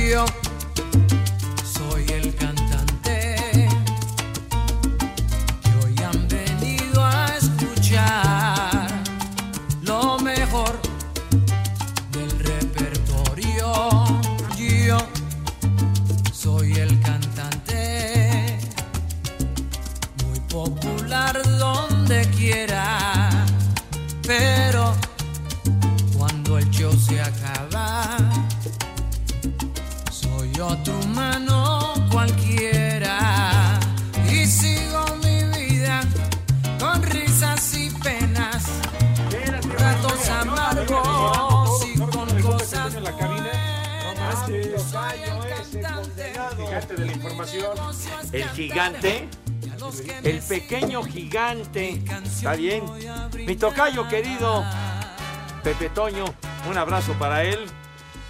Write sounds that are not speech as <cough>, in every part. Yo soy el cantante que hoy han venido a escuchar lo mejor del repertorio. Yo soy el cantante muy popular donde quiera, pero cuando el show se acaba. Soy otro humano cualquiera y sigo mi vida con risas y penas, ratos amargos y con cosas buenas. Soy el cantante de la información. El gigante, el pequeño gigante. Está bien. Mi tocayo querido, Pepe Toño, un abrazo para él.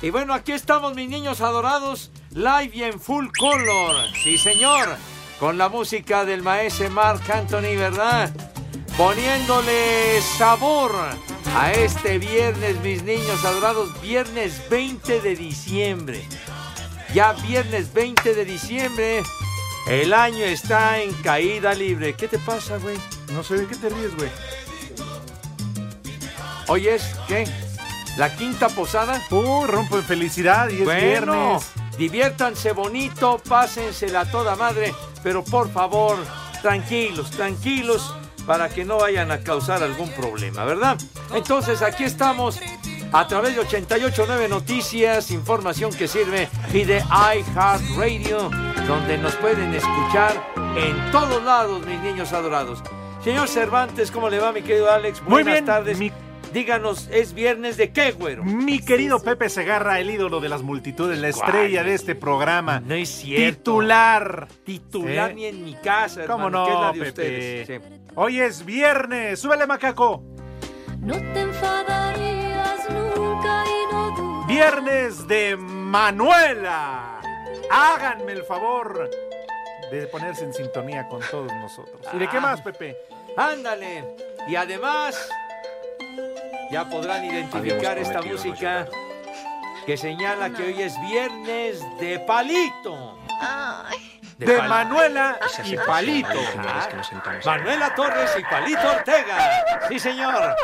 Y bueno, aquí estamos, mis niños adorados, live y en full color. Sí, señor. Con la música del maestro Mark Anthony, ¿verdad? Poniéndole sabor a este viernes, mis niños adorados, viernes 20 de diciembre. Ya viernes 20 de diciembre, el año está en caída libre. ¿Qué te pasa, güey? No sé de qué te ríes, güey. Hoy es, ¿qué? ¿La quinta posada? Uh, rompo en felicidad y es bueno, viernes. diviértanse bonito, pásensela a toda madre, pero por favor, tranquilos, tranquilos, para que no vayan a causar algún problema, ¿verdad? Entonces, aquí estamos a través de 889 Noticias, información que sirve, y de iHeartRadio, donde nos pueden escuchar en todos lados, mis niños adorados. Señor Cervantes, ¿cómo le va, mi querido Alex? Muy Buenas bien, tardes. mi- Díganos, ¿es viernes de qué, güero? Mi querido Pepe Segarra, el ídolo de las multitudes, la estrella de este programa. No es cierto. Titular. titular ¿Eh? ni en mi casa, ¿Cómo hermano, que es la no, de Pepe? ustedes. Sí. Hoy es viernes. Súbele, macaco. No te enfadarías nunca y no dudarías. Viernes de Manuela. Háganme el favor de ponerse en sintonía con todos nosotros. ¿Y Ah. de qué más, Pepe? Ándale. Y además, ya podrán identificar esta música que señala que hoy es viernes de palito. De, Manuela y Palito. Manuela Torres y Palito Ortega. Sí, señor.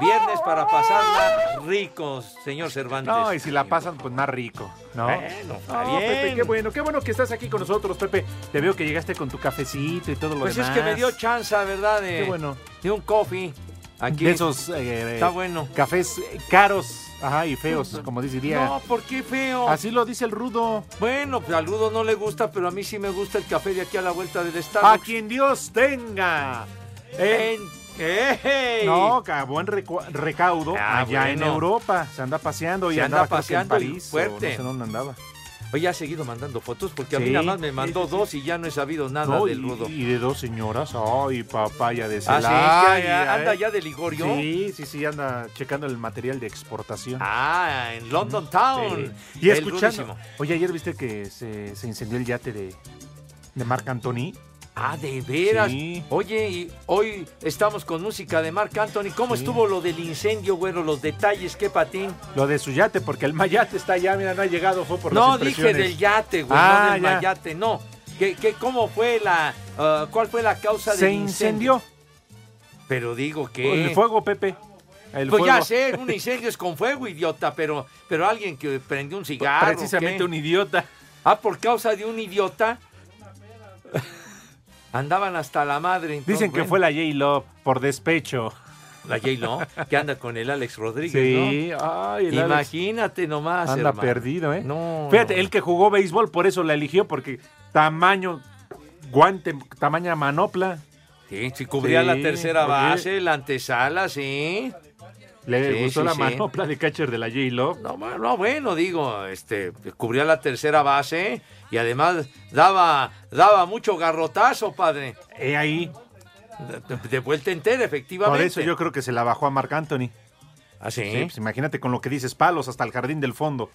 Viernes para pasarla ricos, señor Cervantes. No, y si la pasan, pues más rico, ¿no? Bueno, está No, Ah, Pepe, bien. qué bueno, qué bueno que estás aquí con nosotros, Pepe. Te veo que llegaste con tu cafecito y todo lo Pues es demás. que me dio chance, ¿verdad? De, Qué bueno. de un coffee. Aquí. De esos eh, Está bueno. cafés eh, caros ajá, y feos, como diría. No, ¿por qué feo? eh, Así lo dice el rudo. Bueno, pues al Rudo no le gusta, pero a mí sí me gusta el café de aquí a la vuelta del A Starbucks. quien Dios tenga. Ah, Eh, En... ¡Ey! No, a buen recu- recaudo Ah, allá en bueno. Europa. Se anda paseando y Se anda andaba creo que paseando y en París. o fuerte. No sé dónde andaba. Oye, ha seguido mandando fotos porque a mí Sí. nada más me mandó dos y ya no he sabido nada No, y, del Rudo. y de dos señoras. Ay, papaya de Ah, sí, Celaya, ¿qué? Ah, eh. anda ya de Ligorio. Sí, sí, sí, anda checando el material de exportación. Ah, en London Town. Mm, Sí. Y El escuchando. rudísimo. Oye, ayer viste que se, se incendió el yate de, de Marc Anthony. Ah, de veras. Sí. Oye, y hoy estamos con música de Marc Anthony. ¿Cómo Sí. estuvo lo del incendio, bueno, los detalles, qué patín? Lo de su yate, porque el mayate está allá, mira, no ha llegado, fue por no, las dije impresiones. del yate, güey, Ah, no del ya. mayate, no. ¿Qué, qué, cómo fue la, ah, cuál fue la causa Se del incendio? incendió. Pues, Pero digo que... El fuego, Pepe. El pues fuego. ya sé, un incendio es con fuego, idiota, pero, pero alguien que prendió un cigarro. Precisamente ¿qué? un idiota. Ah, por causa de un idiota. <laughs> Andaban hasta la madre. entonces, Dicen que bueno. fue la J-Love por despecho. La J-Lo, que anda con el Alex Rodríguez, Sí, ¿no? ay, el Alex Imagínate nomás, anda hermano. perdido, ¿eh? No, Fíjate, no. el que jugó béisbol, por eso la eligió, porque tamaño guante, tamaña manopla. Sí, sí, cubría Sí, la tercera porque- base, la antesala, sí. Le Sí, gustó sí, la sí. manopla de catcher de la J-Lo. No, ma- no, bueno, digo, este, cubría la tercera base y además daba, daba mucho garrotazo, padre. He ahí. De, de vuelta entera, efectivamente. Por eso yo creo que se la bajó a Marc Anthony. ¿Ah, sí? Sí, pues imagínate con lo que dices, palos hasta el jardín del fondo.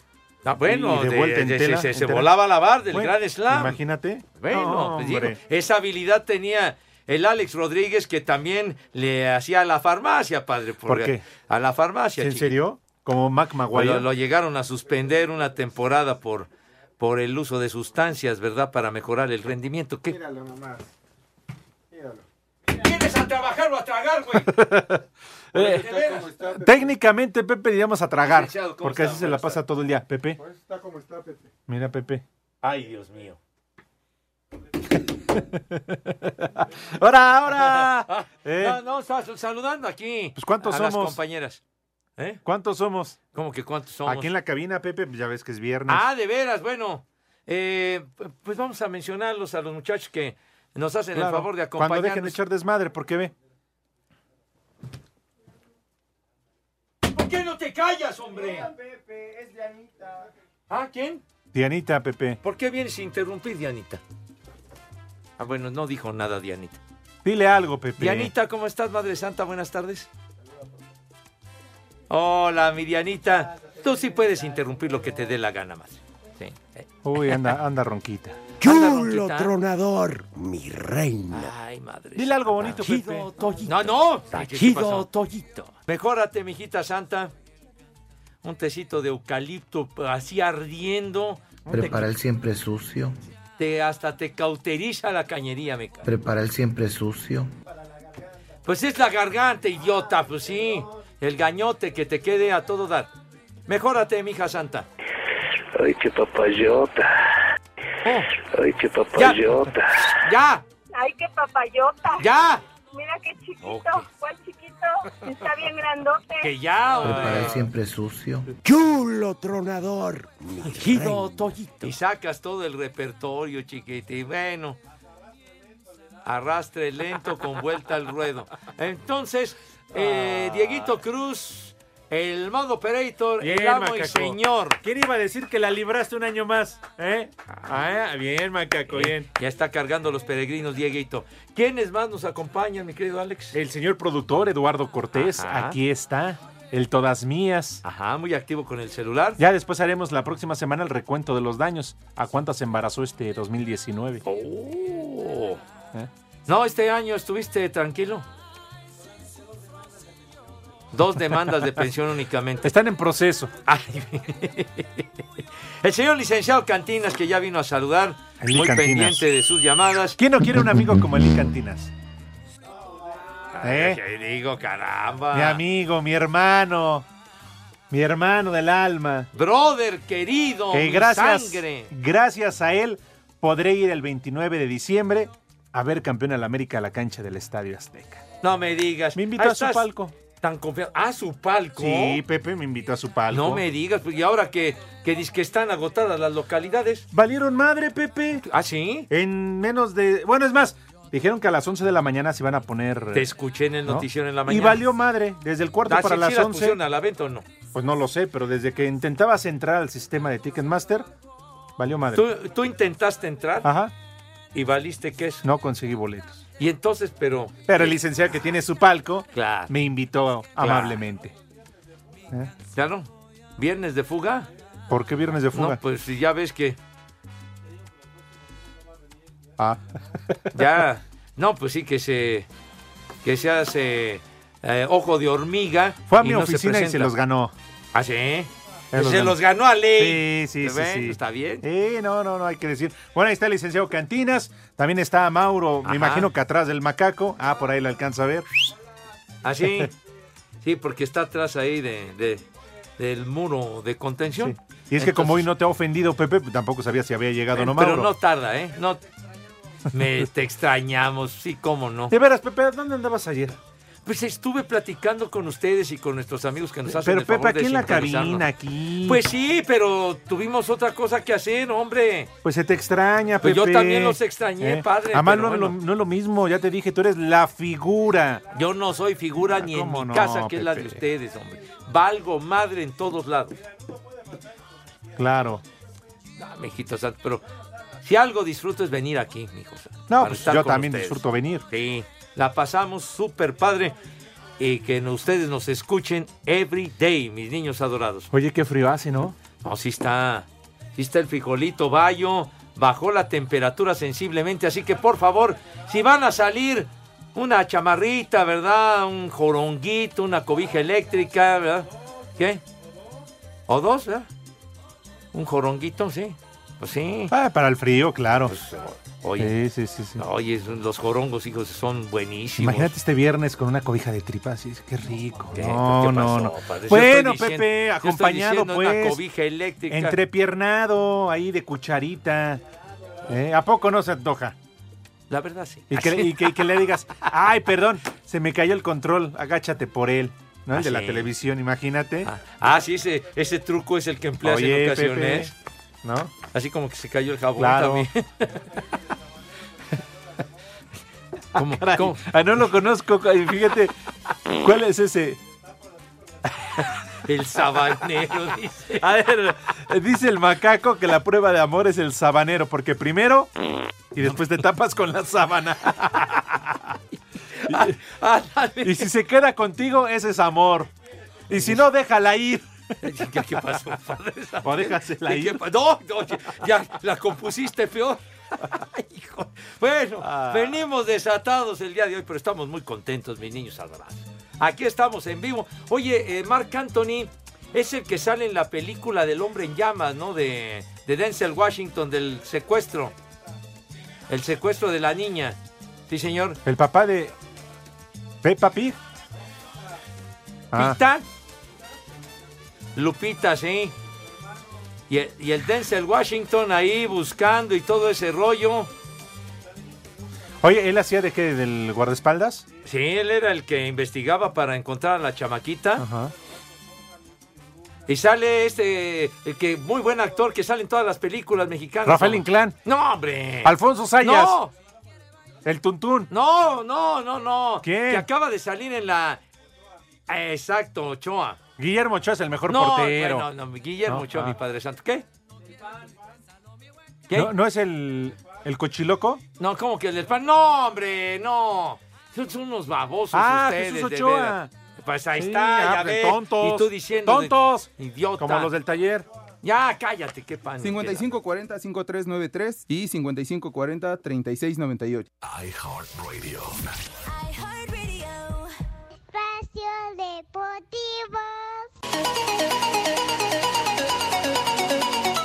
Ah, bueno, Y de vuelta de- entera, se, se- se entera. volaba a lavar del Bueno, Gran Slam. Imagínate. Bueno, No, pues digo, hombre. esa habilidad tenía el Alex Rodríguez que también le hacía a la farmacia, padre. porque- qué? A la farmacia. ¿En chiquito. serio? Como Mac Lo, Maguire. lo llegaron a suspender una temporada por, por el uso de sustancias, ¿verdad? Para mejorar el rendimiento. ¿Qué? Míralo nomás. Míralo. ¿Vienes a trabajar o a tragar, <laughs> güey? Eh, técnicamente, Pepe, diríamos a tragar. Licenciado, ¿cómo Porque está? así se la Buenas pasa todo el día. Pepe. Mira, Pepe. Ay, Dios mío. ¡Hora, <laughs> hora! Eh, No, no, estás saludando aquí. Pues, ¿cuántos a las somos? compañeras. ¿Eh? ¿Cuántos somos? ¿Cómo que cuántos somos? Aquí en la cabina, Pepe, pues ya ves que es viernes. Ah, de veras, bueno. eh, pues vamos a mencionarlos a los muchachos que nos hacen el Claro. favor de Cuando dejen de acompañarnos. echar desmadre, porque ve. ¿Por qué no te callas, hombre? ¿Ah, quién? Dianita, Pepe. ¿Por qué vienes a interrumpir, Dianita? Ah, bueno, no dijo nada, Dianita. Dile algo, Pepe. Dianita, ¿cómo estás, Madre Santa? Buenas tardes. Hola, mi Dianita. Tú sí puedes interrumpir lo que te dé la gana, madre. Sí. eh. Uy, anda, anda ronquita. ¡Chulo Ronquita. tronador, mi reina! Ay, madre. Dile algo bonito, Tachido Pepe. Toyito. No, no. ¿Qué- qué Tachido pasó? Toyito. Mejórate, mijita santa. Un tecito de eucalipto así ardiendo. Un te- Prepara el siempre sucio. te- hasta te cauteriza la cañería, me ca- Prepara el siempre sucio. Pues es la garganta, idiota, pues sí. El gañote que te quede a todo dar. Mejórate, mija santa. Ay, qué papayota. Oh, Ay, qué papayota. ¡Ya! Ay, qué papayota. ¡Ya! Mira qué chiquito. Ok. ¿Cuál chiquito? Está bien grandote. ¡Que ya! Prepara el hombre. siempre sucio. ¡Chulo tronador, mi Tachido Toyito. Y sacas todo el repertorio, chiquiti. Bueno, arrastre lento con vuelta al ruedo. Entonces, Ah. eh, Dieguito Cruz, el modo operator, el Bien, amo y macaco. señor. ¿Quién iba a decir que la libraste un año más? ¿Eh? Ah, bien, Eh. macaco, bien. Ya está cargando los peregrinos, Dieguito. ¿Quiénes más nos acompañan, mi querido Alex? El señor productor Eduardo Cortés, Ajá. aquí está. El Todas Mías. Ajá, muy activo con el celular. Ya después haremos la próxima semana el recuento de los daños. ¿A cuántas embarazó este 2019? Oh. ¿Eh? No, este año estuviste tranquilo. Dos demandas de pensión únicamente. Están en proceso. Ay. El señor licenciado Cantinas, que ya vino a saludar, Eli muy Cantinas. pendiente de sus llamadas. ¿Quién no quiere un amigo como Eli Cantinas? Ay, ¿Eh? que digo, caramba. Mi amigo, mi hermano. Mi hermano del alma. Brother querido, Que mi gracias, sangre. gracias a él podré ir el 29 de diciembre a ver campeón al América a la cancha del Estadio Azteca. No me digas. Me invitó Ahí a su estás palco. Tan confiado. Ah, su palco. Sí, Pepe me invitó a su palco. no me digas. pues, Y ahora que, que dice que están agotadas las localidades. Valieron madre, Pepe. Ah, sí. En menos de... Bueno, es más, dijeron que a las 11 de la mañana se iban a poner... Te escuché en el ¿no? noticiero en la mañana. Y valió madre. Desde el cuarto Ah, para sí, sí las las 11... pusieron a la venta o no? Pues no lo sé, pero desde que intentabas entrar al sistema de Ticketmaster, valió madre. Tú, tú intentaste entrar Ajá, y valiste queso. Ah. no conseguí boletos. Y entonces, pero... Pero el licenciado que tiene su palco Claro. me invitó amablemente. Claro. Viernes de fuga. ¿Por qué viernes de fuga? No, pues si ya ves que Ah, <laughs> ya. No, pues sí que se que se hace eh, ojo de hormiga. fue a y mi no oficina y se presenta. los ganó. Ah, sí. Se los se ganó. los ganó a Sí, ley. sí, ¿Te sí, ven? sí. Eh. Está bien. Sí, no, no, no hay que decir. Bueno, ahí está el licenciado Cantinas. También está Mauro, Ajá. me imagino que atrás del macaco. Ah, por ahí lo alcanza a ver. Así. ¿Ah, <laughs> sí, porque está atrás ahí de, de- del muro de contención. Sí. Y es que como hoy Entonces- Eh, no te ha ofendido, Pepe, pues tampoco sabía si había llegado o no Mauro. Pero no tarda, ¿eh? No. Me te extrañamos, sí, cómo no. De veras, Pepe, ¿dónde andabas ayer? Pues estuve platicando con ustedes y con nuestros amigos que nos hacen Pero el favor Pepe, aquí de en la sintonizarnos. cabina, aquí. Pues sí, pero tuvimos otra cosa que hacer, hombre. Pues se te extraña, Pues Pepe. ¿Eh? yo también los extrañé, padre, Además, pero no, lo- bueno. no es lo mismo, ya te dije, tú eres la figura. Yo no soy figura Ah, ni en ¿cómo mi no, casa, que es la de Pepe? ustedes, hombre. Valgo madre en todos lados. Claro. Ah, mijito santo, pero si algo disfruto es venir aquí, mijos. No, para pues estar yo con también ustedes. disfruto venir. Sí, la pasamos súper padre y que no- ustedes nos escuchen every day, mis niños adorados. Oye, qué frío hace, ¿no? No, sí está, sí está el frijolito bayo, bajó la temperatura sensiblemente, así que por favor, si van a salir una chamarrita, ¿verdad? Un joronguito, una cobija eléctrica, ¿verdad? ¿Qué? ¿O dos, verdad? Un joronguito, sí. Pues sí. Ah, para el frío, claro. Pues, Oye, Sí, sí, sí. sí. Oye, son- los jorongos, hijos, son buenísimos. Imagínate este viernes con una cobija de tripas, sí, qué rico. ¿Qué? No, ¿Qué no, pasó, no. padre? Yo Bueno, estoy diciendo- Pepe, yo estoy acompañado diciendo pues, Una cobija eléctrica. entrepiernado, ahí de cucharita. ¿Eh? ¿A poco no se antoja? La verdad, sí. Y que, y que- y que le digas, <laughs> ay, perdón, se me cayó el control, agáchate por él. ¿No? El Ah, de la sí. televisión, imagínate. Ah, ah, sí, ese, ese truco es el que empleas Oye, en ocasiones. Pepe, ¿No? Así como que se cayó el jabón Claro. también. <laughs> ¿Cómo- Caray, cómo? ah, no lo conozco, ca- fíjate, ¿cuál es ese? El sabanero, dice. <laughs> A ver, <laughs> dice el macaco que la prueba de amor es el sabanero, porque primero y después te tapas con la sábana. Ándale. Y si se queda contigo, ese es amor. Y si no, déjala ir. ¿Qué, qué pasó, padre? O déjasela ¿Qué ir. pa- No, no, ya- ya la compusiste peor. <laughs> Ay, hijo. Bueno, venimos desatados el día de hoy, pero estamos muy contentos, mis niños adorados. Aquí estamos en vivo. Oye, eh, Mark Anthony es el que sale en la película del hombre en llamas, ¿no? De, de Denzel Washington, del secuestro. El secuestro de la niña. Sí, señor. El papá de Peppa Pig. Ah, Lupita. Lupita, sí. Y el, y el Denzel Washington ahí buscando y todo ese rollo. Oye, ¿él hacía de qué? ¿Del guardaespaldas? Sí, él era el que investigaba para encontrar a la chamaquita. Ajá. Y sale este, el que muy buen actor que sale en todas las películas mexicanas. Rafael Inclán. No, hombre. Alfonso Sayas. No, El Tuntún. no, no, no, no. ¿Quién? Que acaba de salir en la... Exacto, Ochoa. Guillermo Ochoa es el mejor no, portero. bueno, no, Guillermo No, Ochoa, ah. mi Padre Santo. ¿Qué? ¿Qué? ¿No, no es el, el cochiloco? No, ¿cómo que el del pan? No, hombre, no. Son, son unos babosos Ah, ustedes, Jesús de Ochoa. veras. Pues ahí Sí, está, ya ah, ves. tontos. Y tú diciendo. de- ¡Tontos! Idiota. Como los del taller. Ya, cállate, qué pan. 5540-5393 y 5540-3698. iHeartRadio. Espacio Deportivo.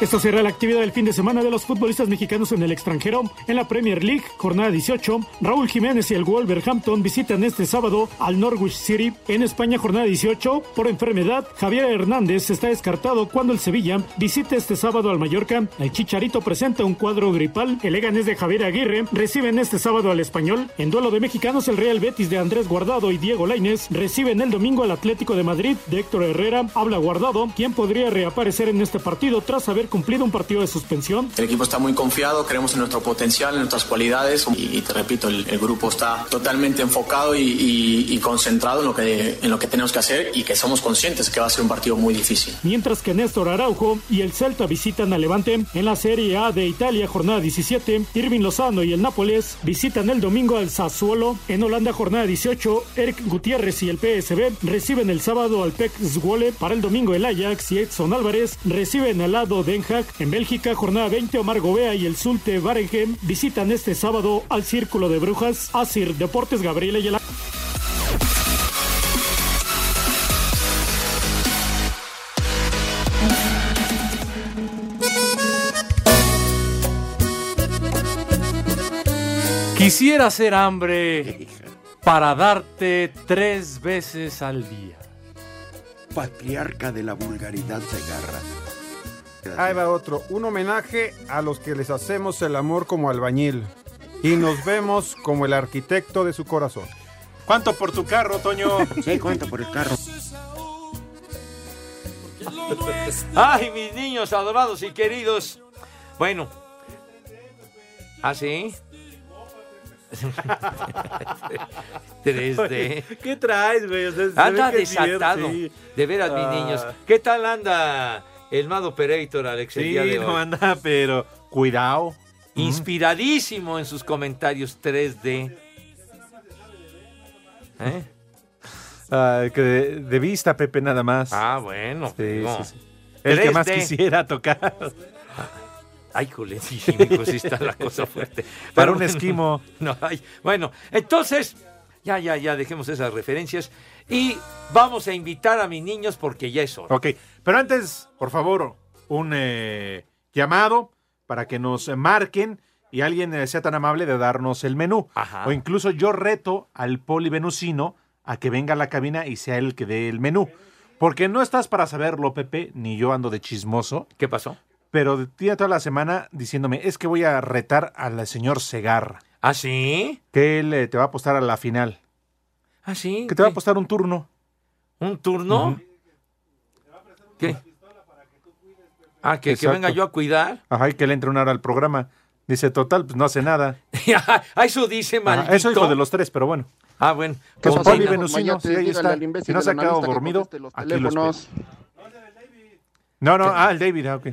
Esto será la actividad del fin de semana de los futbolistas mexicanos en el extranjero. En la Premier League, jornada 18, Raúl Jiménez y el Wolverhampton visitan este sábado al Norwich City. En España, jornada 18, por enfermedad, Javier Hernández está descartado cuando el Sevilla visita este sábado al Mallorca. El Chicharito presenta un cuadro gripal. El Leganés de Javier Aguirre reciben este sábado al Español. En duelo de mexicanos, el Real Betis de Andrés Guardado y Diego Lainez reciben el domingo al Atlético de Madrid de Héctor Herrera. Habla Guardado, quien podría reaparecer en este partido tras haber cumplido un partido de suspensión. El equipo está muy confiado, creemos en nuestro potencial, en nuestras cualidades y, y te repito, el, el grupo está totalmente enfocado y, y- y concentrado en lo, que, en lo que tenemos que hacer y que somos conscientes que va a ser un partido muy difícil. Mientras que Néstor Araujo y el Celta visitan a Levante en la Serie A de Italia, jornada 17. Irving Lozano y el Nápoles visitan el domingo al Sassuolo. En Holanda, jornada 18. Eric Gutiérrez y el PSB reciben el sábado al Pek Zwolle. Para el domingo, el Ajax y Edson Álvarez reciben al lado Den Haag. En Bélgica, jornada 20. Omar Gobea y el Zulte Waregem visitan este sábado al Círculo de Brujas. Asir Deportes Gabriel Ayala. Quisiera hacer hambre para darte tres veces al día. patriarca de la vulgaridad se agarra. Ahí va otro, un homenaje a los que les hacemos el amor como albañil y nos vemos como el arquitecto de su corazón. ¿Cuánto por tu carro, Toño? Sí, cuánto por el carro. Ay, mis niños adorados y queridos. Bueno. ¿Ah, sí? <laughs> 3D. Oye, <laughs> ¿Qué traes, güey? O sea, se Anda ve que es desatado. viernes, sí. De veras, Ah. mis niños. ¿Qué tal anda el Mad Operator, Alex, el Sí, día de no hoy? anda, pero cuidado. Inspiradísimo en sus comentarios 3D. ¿Eh? Ah, que de, de vista, Pepe, nada más. Ah, bueno. Sí, no. sí, sí. El que más 3D. quisiera tocar. Ay, cole, sí, Jimmy, sí está la cosa <laughs> fuerte. Para Pero un bueno, esquimo. <laughs> no, ay, bueno, entonces, ya, ya, ya, dejemos esas referencias y vamos a invitar a mis niños porque ya es hora. Ok, pero antes, por favor, un eh, llamado para que nos marquen y alguien eh, sea tan amable de darnos el menú. O incluso yo reto al polivenucino a que venga a la cabina y sea el que dé el menú. Porque no estás para saberlo, Pepe, ni yo ando de chismoso. ¿Qué pasó? Pero tiene toda la semana diciéndome, es que voy a retar al señor Segarra. ¿Ah, sí? Que él eh, te va a apostar a la final. ¿Ah, sí? Que te va a apostar un turno. ¿Un turno? ¿Qué? Ah, que, que Exacto. venga yo a cuidar. <laughs> Ajá, y que le entre una hora al programa. Dice, total, pues no hace nada. Ah, eso dice Ajá, maldito. eso dijo de los tres, pero bueno. Ah, bueno. Que es Ok. Poli Venucino, sí, ahí está. Si no se ha quedado dormido, aquí los pido. No, no, ah, el David, ah, ok.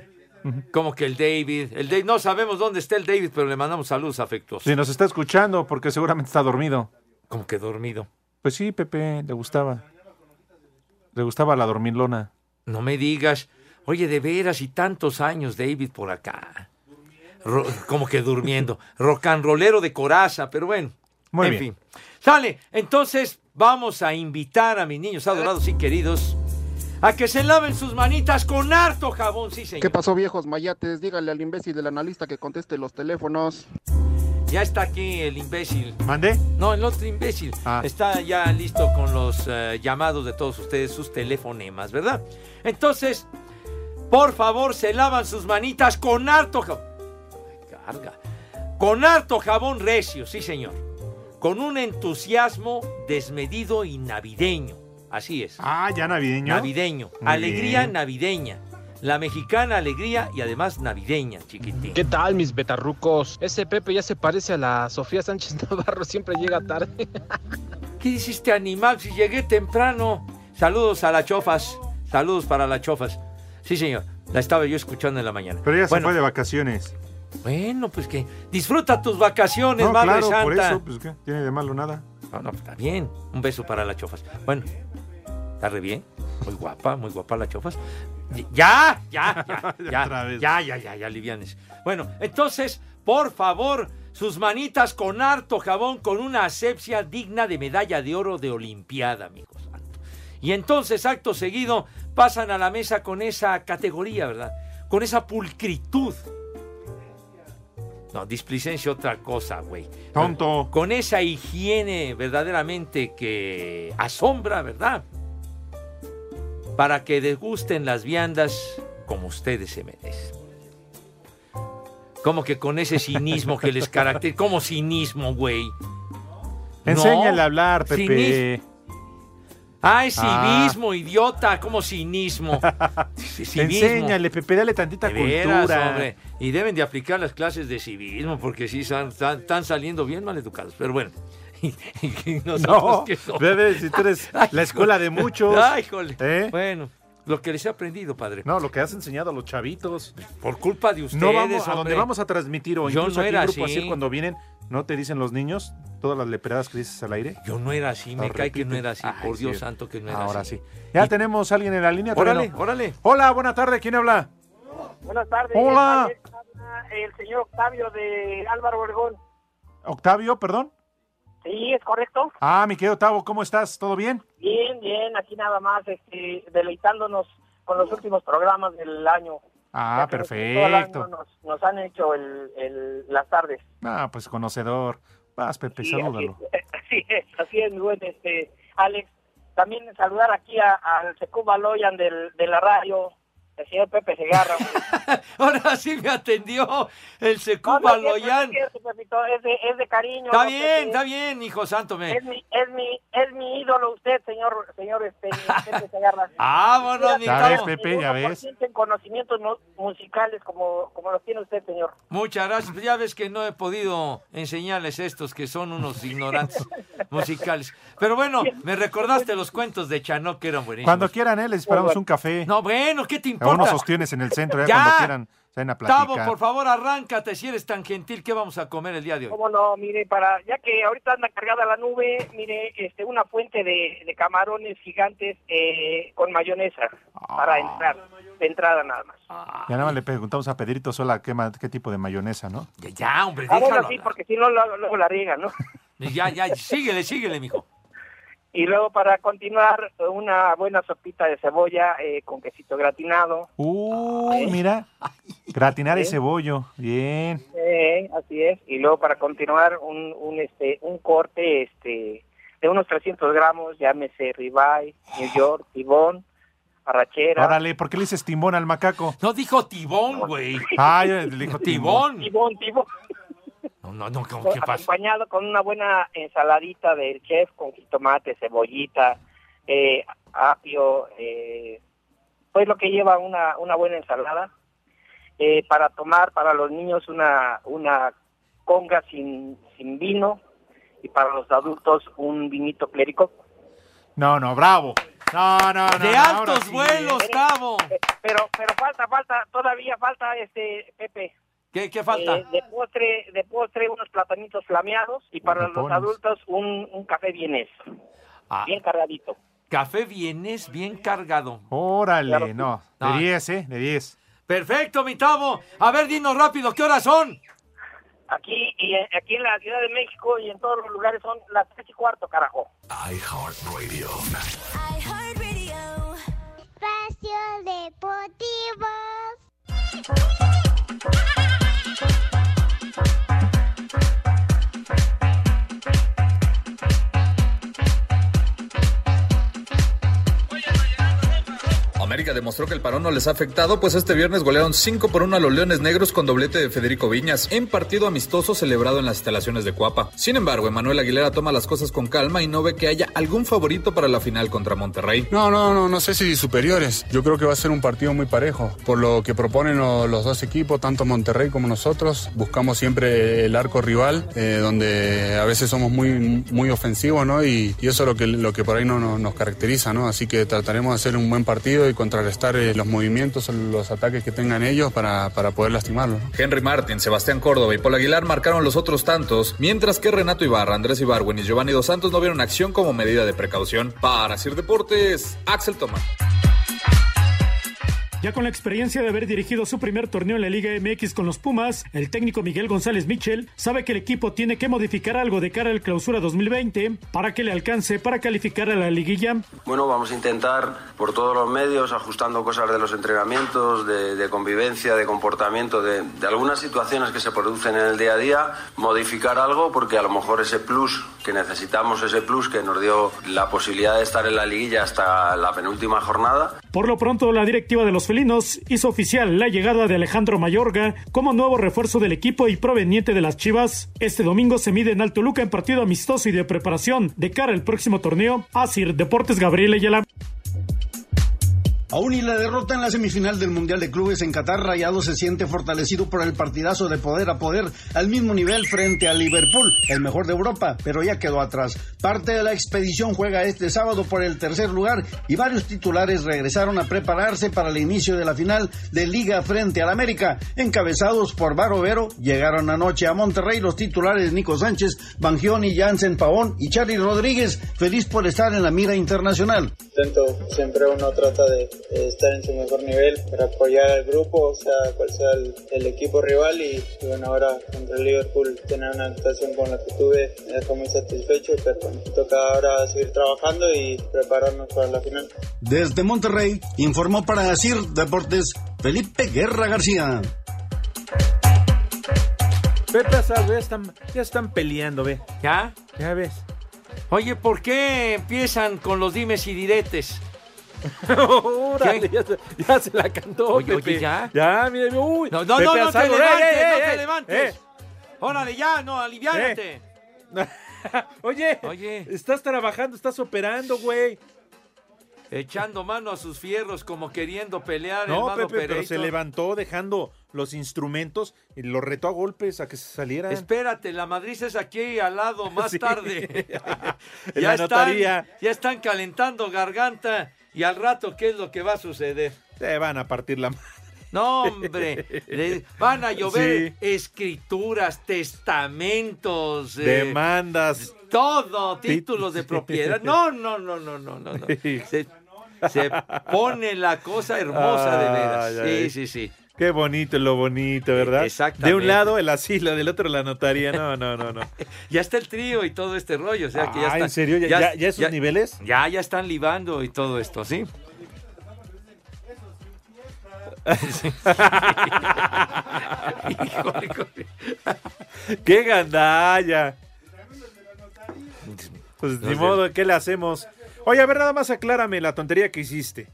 Como que el David, el David, no sabemos dónde está el David, pero le mandamos saludos afectuosos. Si nos está escuchando, porque seguramente está dormido. Como que dormido. Pues sí, Pepe, le gustaba. Le gustaba la dormilona. No me digas, oye, de veras, y tantos años David por acá. Ro- como <laughs> que durmiendo. Rocanrolero de coraza, pero bueno. Muy en bien. fin. Sale, entonces vamos a invitar a mis niños adorados y queridos a que se laven sus manitas con harto jabón, sí, señor. ¿Qué pasó, viejos mayates? Dígale al imbécil del analista que conteste los teléfonos. Ya está aquí el imbécil. ¿Mandé? No, el otro imbécil. Ah. Está ya listo con los eh, llamados de todos ustedes, sus telefonemas, ¿verdad? Entonces, por favor, se lavan sus manitas con harto jabón. Carga. Con harto jabón recio, sí, señor. Con un entusiasmo desmedido y navideño. Así es. Ah, ya navideño. Navideño. Muy alegría bien. navideña. La mexicana alegría y además navideña, chiquitín. ¿Qué tal, mis betarrucos? Ese Pepe ya se parece a la Sofía Sánchez <laughs> Navarro, siempre llega tarde. ¿Qué dice este animal si llegué temprano? Saludos a la Chofas. Saludos para la Chofas. Sí, señor. La estaba yo escuchando en la mañana. Pero ella se Bueno, fue de vacaciones. Bueno, pues que disfruta tus vacaciones, No, Madre claro, Santa. por eso, pues qué, tiene de malo nada. No, no, está bien. Un beso para la Chofas. Bueno, está re bien. Muy guapa, muy guapa la Chofas. Y- Ya, ya, ya, ya, ya, ya, ya, ya, livianes. Bueno, entonces, por favor, sus manitas con harto jabón, con una asepsia digna de medalla de oro de Olimpiada, amigos. santo. Y entonces, acto seguido, pasan a la mesa con esa categoría, ¿verdad? Con esa pulcritud. No, displicencia otra cosa, güey. Tonto. Con esa higiene verdaderamente que asombra, ¿verdad? Para que degusten las viandas como ustedes se merecen. Como que con ese cinismo que <laughs> les caracteriza. ¿Cómo cinismo, güey? No. Enséñale a hablar, Pepe. Cinis- Ay, Ah. cinismo, idiota, <laughs> como cinismo. Cinismo. Enséñale, Pepe, dale tantita De cultura. veras, hombre. Y deben de aplicar las clases de civismo porque sí están, están- están saliendo bien maleducados. Pero bueno. <laughs> Y- y nosotros <laughs> No, que somos. bebé, si tú eres <laughs> Ay, la escuela de híjole. muchos. Ay, híjole. ¿Eh? Bueno, lo que les he aprendido, padre. No, lo que has enseñado a los chavitos. Por culpa de ustedes. No vamos a hombre. donde vamos a transmitir o Yo incluso no aquí era en Grupo así. Asir, cuando vienen, ¿no te dicen los niños todas las leperadas que dices al aire? Yo no era así, me Lo cae que repiten. no era así. Ay, por Dios sí. santo que no era Ahora así. sí. Ya tenemos a alguien en la línea. ¿todavía Órale, no? órale. Hola, buena tarde, ¿quién habla? Buenas tardes. Hola. Habla El señor Octavio de Álvaro Obregón. Octavio, perdón. Sí, es correcto. Ah, mi querido Octavo, ¿cómo estás? ¿Todo bien? Bien, bien. Aquí nada más este, deleitándonos con los últimos programas del año. Ah, Todo el año perfecto. nos, nos han hecho el, el- las tardes. Ah, pues conocedor. Vas, Pepe, Sí, salúdalo. Así es, <laughs> así es, buen este, Alex. También saludar aquí a- al Secuba Loyan del, de la radio, el señor Pepe <laughs> Segarra. Ahora sí me atendió el No, Secuba no, no es cierto, Loyan. no es, cierto, Pepito, es de, es de cariño. Está no, bien, Pepe. está bien, hijo santo. Me... Es mi, es mi, es mi ídolo usted, señor, señor <laughs> este, Pepe Segarra. Ah, Vámonos, mi Mira, Ya ves, ni Pepe, ya ves. 1% En conocimientos mu- musicales como, como los tiene usted, señor. Muchas gracias. Pues Ya ves que no he podido enseñarles estos que son unos ignorantes musicales. Pero bueno, me recordaste los cuentos de Chanó que eran buenísimos. Cuando quieran, ¿eh? Les esperamos un café. No, bueno, ¿qué te A unos importa? sostienes en el centro, ya, <laughs> Ya. cuando quieran, se van a Tavo, platicar. por favor, arráncate si eres tan gentil. ¿Qué vamos a comer el día de hoy? Cómo no, mire, para, ya que ahorita anda cargada la nube, mire, este, una fuente de, de camarones gigantes eh, con mayonesa para entrar, de entrada nada más. Ya nada más le preguntamos a Pedrito Sola qué, ma- qué tipo de mayonesa, ¿no? Ya, ya hombre, Ah, bueno, déjalo. sí, porque si no, luego luego la riegan, ¿no? Ya, ya, síguele, síguele, mijo. Y luego para continuar, una buena sopita de cebolla eh, con quesito gratinado. Uy, mira. Gratinar el cebollo. Bien. Eh, así es. Y luego para continuar, un, un, este, un corte este, de unos 300 gramos, llámese ribeye, New York, tibón, arrachera. Órale, ¿por qué le dices timbón al <laughs> macaco? No dijo tibón, güey. Ah, ya le dijo timbón. Tibón, tibón. No, no, no, ¿cómo que pasa? acompañado con una buena ensaladita del chef con jitomate, cebollita, eh, apio, eh, pues lo que lleva una, una buena ensalada. Eh, para tomar para los niños una, una conga sin, sin vino y para los adultos un vinito clérico. No, no, bravo. No, no, no. De no, ahora altos sí. vuelos, Tavo. Pero, pero falta, falta, todavía falta este Pepe. ¿Qué, qué falta? Eh, de postre, de postre unos platanitos flameados y para Uy, me los pones. adultos un, un café vienés, Ah, bien cargadito. café vienes bien cargado. Órale, no. De No. 10, ¿eh? De 10. Perfecto, mi Tavo. A ver, dinos rápido, ¿qué horas son? Aquí y eh, aquí en la Ciudad de México y en todos los lugares son las tres y cuarto, carajo. iHeartRadio. Espacio Deportivo. América demostró que el parón no les ha afectado, pues este viernes golearon 5 por 1 a los Leones Negros con doblete de Federico Viñas en partido amistoso celebrado en las instalaciones de Cuapa. Sin embargo, Emanuel Aguilera toma las cosas con calma y no ve que haya algún favorito para la final contra Monterrey. No, no, no, no sé si superiores. Yo creo que va a ser un partido muy parejo. Por lo que proponen lo- los dos equipos, tanto Monterrey como nosotros, buscamos siempre el arco rival, eh, donde a veces somos muy, muy ofensivos, ¿no? Y, y eso es lo que, lo que por ahí no, no- nos caracteriza, ¿no? Así que trataremos de hacer un buen partido y contrarrestar eh, los movimientos, los ataques que tengan ellos para, para poder lastimarlos. ¿no? Henry Martin, Sebastián Córdoba y Paul Aguilar marcaron los otros tantos, mientras que Renato Ibarra, Andrés Ibarwen y Giovanni Dos Santos no vieron acción como medida de precaución. Para Sir Deportes, Axel Tomás. Ya con la experiencia de haber dirigido su primer torneo en la Liga MX con los Pumas, el técnico Miguel González Michel sabe que el equipo tiene que modificar algo de cara al clausura 2020 para que le alcance para calificar a la liguilla. Bueno, vamos a intentar por todos los medios, ajustando cosas de los entrenamientos, de, de convivencia, de comportamiento, de, de algunas situaciones que se producen en el día a día, modificar algo porque a lo mejor ese plus que necesitamos, ese plus que nos dio la posibilidad de estar en la liguilla hasta la penúltima jornada, Por lo pronto, la directiva de los felinos hizo oficial la llegada de Alejandro Mayorga como nuevo refuerzo del equipo y proveniente de las Chivas. Este domingo se mide en Alto Luca en partido amistoso y de preparación de cara al próximo torneo. Asir Deportes Gabriel Ayala. Aún y la derrota en la semifinal del Mundial de Clubes en Qatar, Rayado se siente fortalecido por el partidazo de poder a poder al mismo nivel frente a Liverpool, el mejor de Europa, pero ya quedó atrás. Parte de la expedición juega este sábado por el tercer lugar y varios titulares regresaron a prepararse para el inicio de la final de Liga frente al América. Encabezados por Barovero, llegaron anoche a Monterrey los titulares Nico Sánchez, Bangioni, Jansen Pavón y Charly Rodríguez, feliz por estar en la mira internacional. Intento, siempre uno trata de, de estar en su mejor nivel para apoyar al grupo, o sea, cual sea el, el equipo rival. Y, y bueno, ahora contra el Liverpool, tener una actuación como la que tuve me dejó muy satisfecho, pero bueno, toca ahora seguir trabajando y prepararnos para la final. Desde Monterrey, informó para Asir Deportes Felipe Guerra García. Pepe Asaldo, ya están, ya están peleando, ve. ¿Ya? Ya ves. Oye, ¿por qué empiezan con los dimes y diretes? Órale, ya, se- ya se la cantó, Oye, Pepe. oye, ¿ya? mire, uy. No, no, Pepe no, no te Azaro, ¡eh, levantes, eh, no eh, te eh! levantes. Eh, Órale, ya, no, aliviánate. Oye, Oye. estás trabajando, estás operando, güey. Echando mano a sus fierros como queriendo pelear el No, mano Pepe, pero se Pereito. levantó dejando los instrumentos y lo retó a golpes a que se salieran. Espérate, la Madrid es aquí al lado más <laughs> Sí. <laughs> tarde. En la están, notaría. ya están calentando garganta y al rato, ¿qué es lo que va a suceder? Te van a partir la mano. No, hombre, le- van a llover escrituras, testamentos, eh, Demandas. todo, títulos de propiedad. No, no, no, no, no, no. no. Se, se pone la cosa hermosa de veras. Ay, ay. Sí, sí, sí. Qué bonito lo bonito, ¿verdad? E- exactamente. De un lado el asilo, del otro la notaría. No, no, no, <laughs> no. Ya está el trío y todo este rollo. O sea, que ya Ah, está- ¿en serio? ¿Ya- ya- ya esos niveles? Ya, ya están libando y todo esto, ¿sí? <laughs> Híjole, híjole. ¡Qué gandalla! Pues No ni sé. modo, ¿qué le hacemos? Oye, a ver, nada más aclárame la tontería que hiciste.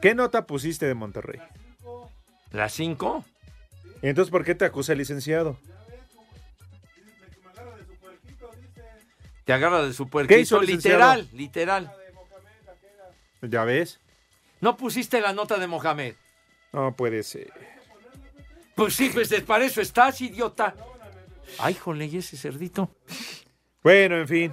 ¿Qué nota pusiste de Monterrey? ¿La 5? Entonces, ¿por qué te acusa el licenciado? Te agarra de su puerquito. hizo el licenciado? Literal, literal. ¿Ya ves? No pusiste la nota de Mohamed. No puede ser. Pues sí, pues para eso estás, idiota. Ay, jole, ¿y ese cerdito? Bueno, en fin.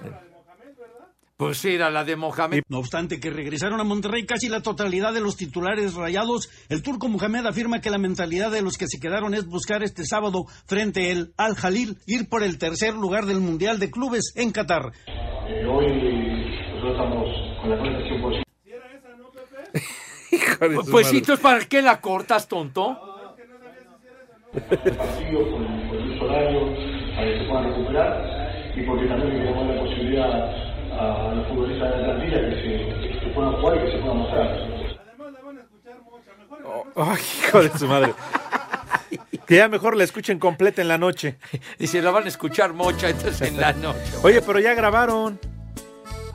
Pues era la de Mohamed. No obstante que regresaron a Monterrey casi la totalidad de los titulares rayados, el turco Mohamed afirma que la mentalidad de los que se quedaron es buscar este sábado frente el Al Jalil ir por el tercer lugar del Mundial de Clubes en Qatar. Eh, hoy nosotros estamos con la conversación por Pues, pues sí, entonces, ¿para qué la cortas, tonto? partido, por el, por el uso horario, para que se puedan recuperar y porque también le queremos dar la posibilidad a, los futbolistas de la plantilla que se, que se puedan jugar y que se puedan mostrar. ¡Ay, hijo de su madre! que ya mejor la escuchen completa en la noche. Y se la van a escuchar mocha entonces en la noche. Oye, pero ya grabaron.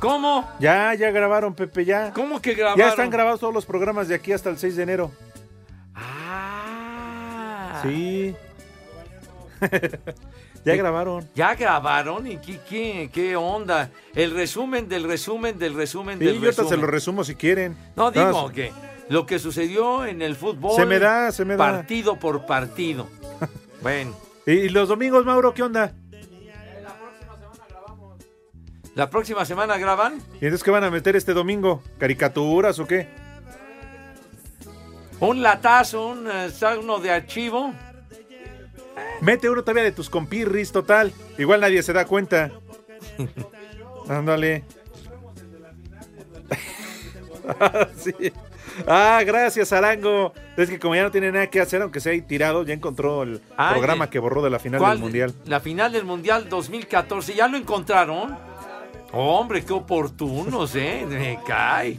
¿Cómo? Ya, ya grabaron, Pepe, ya. ¿Cómo que grabaron? Ya están grabados todos los programas de aquí hasta el 6 de enero. Ah. Sí. <laughs> ya grabaron. Ya grabaron y qué, qué, qué onda. El resumen del resumen del resumen Sí, del yo hasta resumen. se lo resumo si quieren. No digo Nada más- que lo que sucedió en el fútbol. Se me da, se me da. Partido <laughs> por partido. bueno. ¿Y, y los domingos, Mauro, qué onda? La próxima semana graban ¿Y entonces qué van a meter este domingo? ¿Caricaturas o qué? un latazo, un eh, uno de archivo. Mete uno todavía de tus compirris, total. Igual nadie se da <laughs> cuenta. Ándale. Ah, sí. Ah, gracias, Arango. Es que como ya no tiene nada que hacer, aunque sea ahí tirado, ya encontró el Ah, programa ya. que borró de la final ¿Cuál del de- Mundial. La final del Mundial 2014. ¿Ya lo encontraron? Hombre, qué oportunos, ¿eh? Me cae.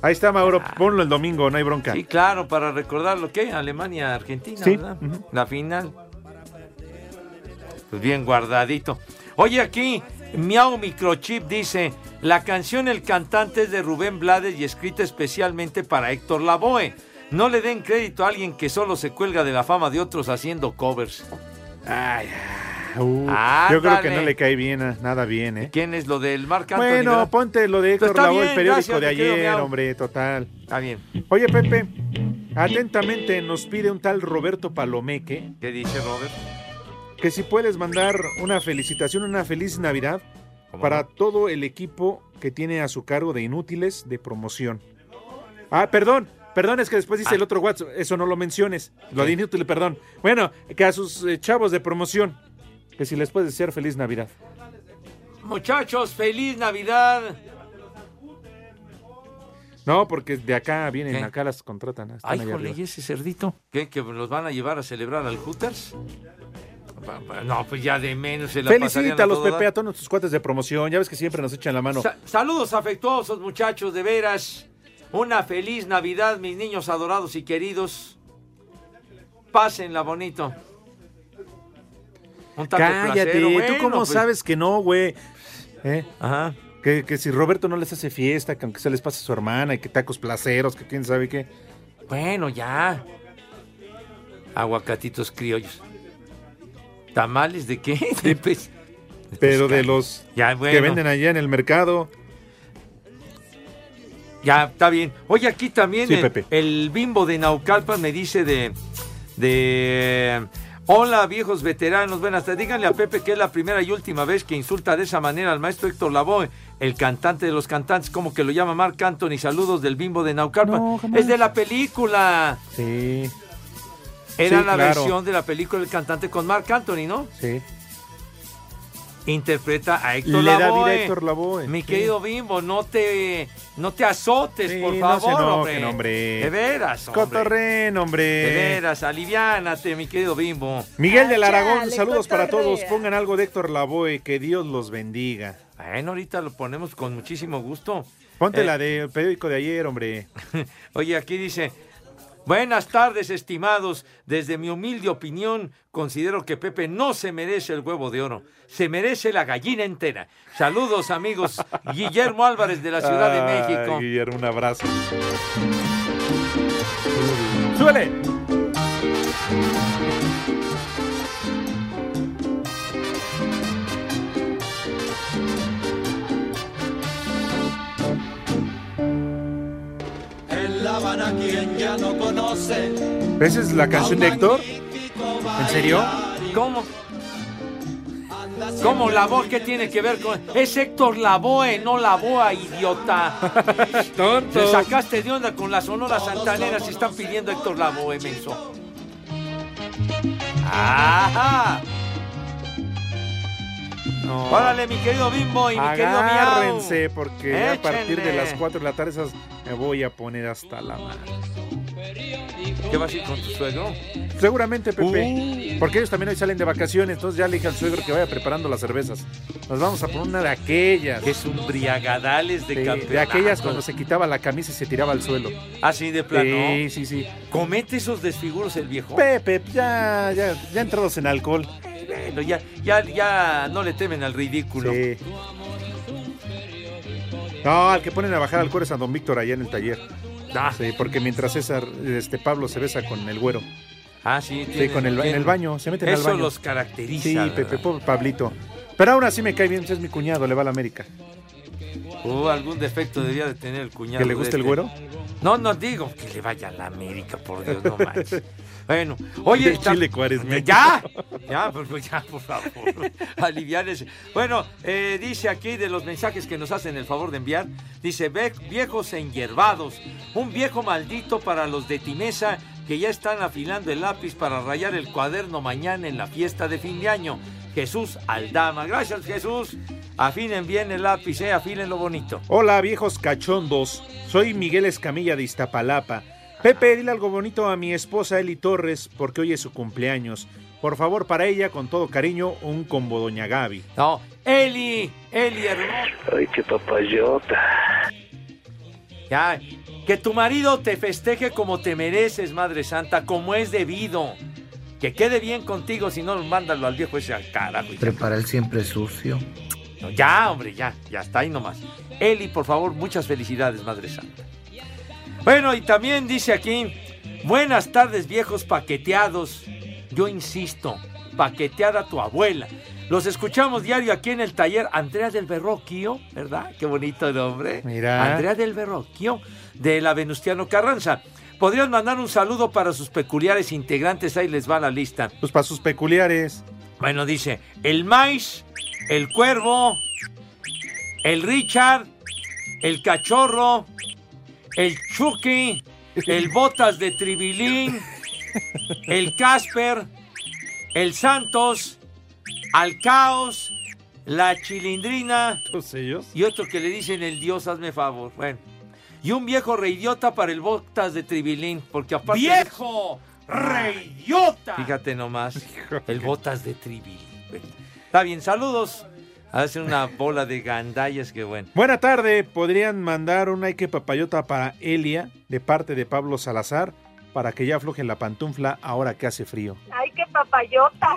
Ahí está, Mauro. Ponlo el domingo, no hay bronca. Ah. Sí, claro, para recordar lo que Alemania-Argentina, Sí, ¿verdad? ujú. La final. Pues bien guardadito. Oye, aquí, Miau Microchip dice: La canción El cantante es de Rubén Blades y escrita especialmente para Héctor Lavoe. No le den crédito a alguien que solo se cuelga de la fama de otros haciendo covers. Ay, Uh, Ah, yo creo que dale. no le cae bien, a- nada bien, ¿eh? ¿Quién es lo del Marc Anthony? Bueno, verdad? ponte lo de Pues Héctor está Lavoe, el bien, periódico gracias, de mi querido ayer, Miau. hombre, total. Está bien. Oye, Pepe, atentamente nos pide un tal Roberto Palomeque ¿Qué dice Robert? que si puedes mandar una felicitación, una feliz Navidad para todo el equipo que tiene a su cargo de inútiles de promoción. Ah, perdón, perdón, es que después Ah. dice el otro WhatsApp, eso no lo menciones, lo de inútil, perdón. Bueno, que a sus eh, chavos de promoción, que si les puedes desear feliz Navidad. Muchachos, feliz Navidad. No, porque de acá vienen, ¿Qué? acá las contratan. ah, están Ay, allá jole, arriba. ¿y ese cerdito? ¿Qué? ¿Que los van a llevar a celebrar al Hooters? Pa- pa- No, pues ya de menos se la pasarían Felicítalos, todo Pepe, dar. a todos nuestros cuates de promoción. Ya ves que siempre nos echan la mano. Sa- saludos afectuosos, muchachos, de veras. Una feliz Navidad, mis niños adorados y queridos. Pásenla bonito. Un taco Cállate, placero. ¿tú Bueno, cómo pues, sabes que no, güey? ¿Eh? Ajá. Que, que si Roberto no les hace fiesta, que aunque se les pase a su hermana y que tacos placeros, que quién sabe qué. Pues Bueno, ya. Aguacatitos criollos. ¿Tamales de qué? <laughs> De pez- Pero de los Ya, que bueno. venden allá en el mercado. Ya, está bien. Oye, aquí también Sí, el, Pepe. el bimbo de Naucalpan me dice de, de... Hola, viejos veteranos, buenas tardes. Díganle a Pepe que es la primera y última vez que insulta de esa manera al maestro Héctor Lavoe, el cantante de los cantantes, como que lo llama Marc Anthony. Saludos del bimbo de Naucalpan. es de la película. Sí. Era Sí, la claro. versión de la película El cantante con Marc Anthony, ¿no? Sí. Interpreta a Héctor Le da Lavoe. vida a Héctor Lavoe. Mi Pues, Sí. querido Bimbo, no te, no te azotes, por Sí, no se favor, enojen, hombre. hombre. De veras, hombre. Cotorren, hombre. De veras, aliviánate, mi querido Bimbo. Miguel del Aragón, saludos para todos. Pongan algo de Héctor Lavoe, que Dios los bendiga. Bueno, ahorita lo ponemos con muchísimo gusto. Ponte Eh, la del periódico de ayer, hombre. Oye, aquí dice, buenas tardes, estimados. Desde mi humilde opinión, considero que Pepe no se merece el huevo de oro. Se merece la gallina entera. <laughs> Saludos, amigos. Guillermo Álvarez de la Ciudad de Ay, México. Guillermo, un abrazo. ¡Súbele! En La Habana quien ya no conoce. ¿Esa es la canción de Héctor? ¿En serio? ¿Cómo? ¿Cómo la voz que tiene que ver con.? Es Héctor Lavoe, no <laughs> Lavoa, idiota. Tonto. Te sacaste de onda con las sonoras santaneras y están pidiendo a Héctor Lavoe, menso. ¡Ajá! No. Órale, mi querido Bimbo y mi querido Miau. Agárrense, porque a partir de Échenle. las 4 de la tarde esas me voy a poner hasta la mano. ¿Qué vas a ir con tu suegro? Seguramente, Pepe. Porque ellos también hoy salen de vacaciones, entonces ya le dije al suegro que vaya preparando las cervezas. Nos vamos a poner una de aquellas. Que es un briagadales de, De, campeonato. de aquellas cuando se quitaba la camisa y se tiraba al suelo. Así de plano. Sí, sí, sí. Comete esos desfiguros el viejo. Pepe, ya, ya, ya entrados en alcohol. Bueno, ya, ya, ya no le temen al ridículo. Sí. No, al que ponen a bajar alcohol es a don Víctor allá en el taller. Sí, porque mientras César, este Pablo se besa con el güero. Ah, sí. Sí, tienen- con el, ba- en el baño, se meten Eso al baño. los caracteriza. Sí, ¿verdad? Pepe, pobre Pablito. Pero ahora sí me cae bien, es mi cuñado, le va a la América. O algún defecto debía de tener el cuñado. ¿Que le de guste el este. güero? No, no digo que le vaya a la América, por Dios, no manches. Bueno, oye, De Chile, Juárez, México. ya, ya, por, por- ya, por favor, <laughs> aliviárese. Bueno, eh, dice aquí de los mensajes que nos hacen el favor de enviar, dice, "Ve- viejos enyerbados, un viejo maldito para los de Timesa que ya están afilando el lápiz para rayar el cuaderno mañana en la fiesta de fin de año. Jesús Aldama, gracias Jesús, afinen bien el lápiz, eh, afilen lo bonito. Hola, viejos cachondos. Soy Miguel Escamilla de Iztapalapa. Pepe, dile algo bonito a mi esposa Eli Torres porque hoy es su cumpleaños. Por favor, para ella, con todo cariño, un combo Doña Gaby. No, Eli, Eli hermoso. Ay, qué papayota. Ya, que tu marido te festeje como te mereces, Madre Santa, como es debido. Que quede bien contigo, si no, mándalo al viejo ese al carajo. Prepara el siempre sucio. No, ya, hombre, ya, ya está ahí nomás. Eli, por favor, muchas felicidades, Madre Santa. Bueno, y también dice aquí, buenas tardes, viejos paqueteados. Yo insisto, paquetear a tu abuela. Los escuchamos diario aquí en el taller Andrea del Berroquio, ¿verdad? Qué bonito nombre. Mira. Andrea del Berroquio, de la Venustiano Carranza. Podrían mandar un saludo para sus peculiares integrantes, ahí les va la lista. Pues para sus peculiares. Bueno, dice, el maíz, el cuervo, el Richard, el cachorro, el Chucky, el Botas de Tribilín, el Casper, el Santos, al Caos, la Chilindrina. Pues, Y otro que le dicen el Dios, hazme favor. Bueno. Y un viejo reidiota para el Botas de Tribilín, porque aparte... ¡Viejo! ¡Reidiota! Fíjate <laughs> nomás, el Botas de Tribilín. Bueno, Está bien, saludos. Hace <laughs> una bola de gandallas, que bueno. Buena tarde, podrían mandar una Ike Papayota para Elia de parte de Pablo Salazar para que ya aflojen la pantufla ahora que hace frío. Ay, qué papayota.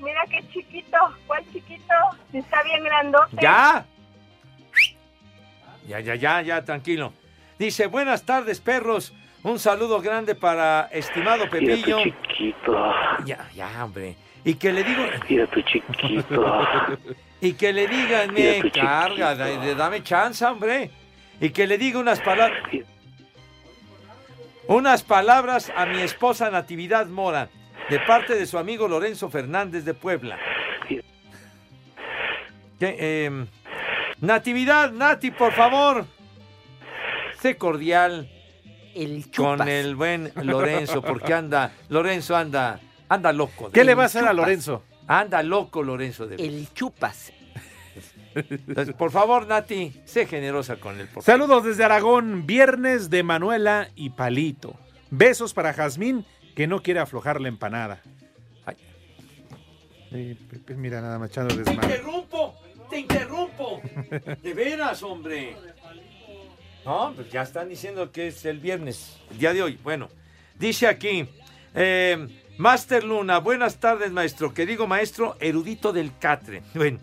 Mira qué chiquito. ¿Cuál chiquito? Está bien grandote. ¡Ya! Ya, ya, ya, ya, tranquilo. Dice, buenas tardes, perros. Un saludo grande para estimado Mira Pepillo. tu chiquito. Ya, ya, hombre. Y que le digo... Mira tu chiquito. <laughs> Y que le digan, Mira tu me carga, da- de- dame chance, hombre. Y que le diga unas palabras. Unas palabras a mi esposa Natividad Mora, de parte de su amigo Lorenzo Fernández de Puebla. Que, eh, Natividad, Nati, por favor. Sé cordial con el buen Lorenzo, porque anda, Lorenzo anda, anda loco. ¿Qué le va a hacer a Lorenzo? Anda loco Lorenzo de El chupas. por favor, Nati, sé generosa con él. por favor. Saludos desde Aragón, viernes de Manuela y Palito. Besos para Jazmín, que no quiere aflojar la empanada. Ay. Eh, Pepe, mira, nada más echando Te desmadre. interrumpo, te interrumpo. De veras, hombre. No, pues ya están diciendo que es el viernes, el día de hoy. Bueno, dice aquí, eh, Master Luna, buenas tardes, maestro. Que digo, maestro, erudito del catre. <laughs> Bueno,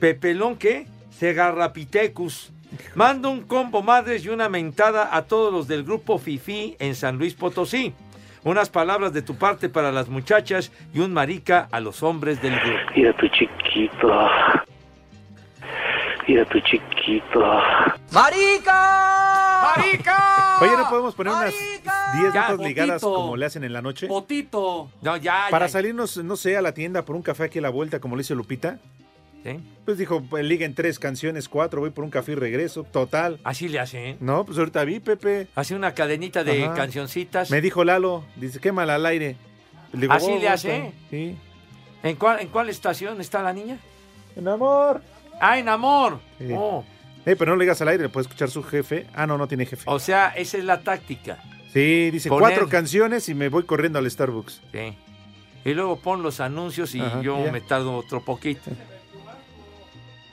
Pepelón, ¿qué? Segarrapitecus. Mando un combo madres y una mentada a todos los del grupo Fifi en San Luis Potosí. Unas palabras de tu parte para las muchachas y un marica a los hombres del grupo. Mira tu chiquito. Mira tu chiquito. ¡Marica! ¡Marica! Oye, ¿no podemos poner unas 10 Ya, notas ligadas potito. como le hacen en la noche? Potito. No, ya, Para ya. salirnos, no sé, a la tienda por un café aquí a la vuelta, como lo hizo Lupita. Sí. Pues dijo, pues, liguen tres canciones, cuatro, voy por un café y regreso. Total. Así le hacen. No, pues ahorita vi, Pepe. Hace una cadenita de Ajá. cancioncitas. Me dijo Lalo, dice, qué mal al aire. Le digo, Así "Oh, le oh, hace. Sí. ¿En cuál, ¿En cuál estación está la niña? En amor. Ah, en amor. Sí. Oh, Eh, pero no le digas al aire, le puede escuchar su jefe. Ah, no, no tiene jefe. o sea, esa es la táctica. Sí, dice Poner- cuatro canciones y me voy corriendo al Starbucks. Sí. Y luego pon los anuncios y Ajá, yo ya. me tardo otro poquito.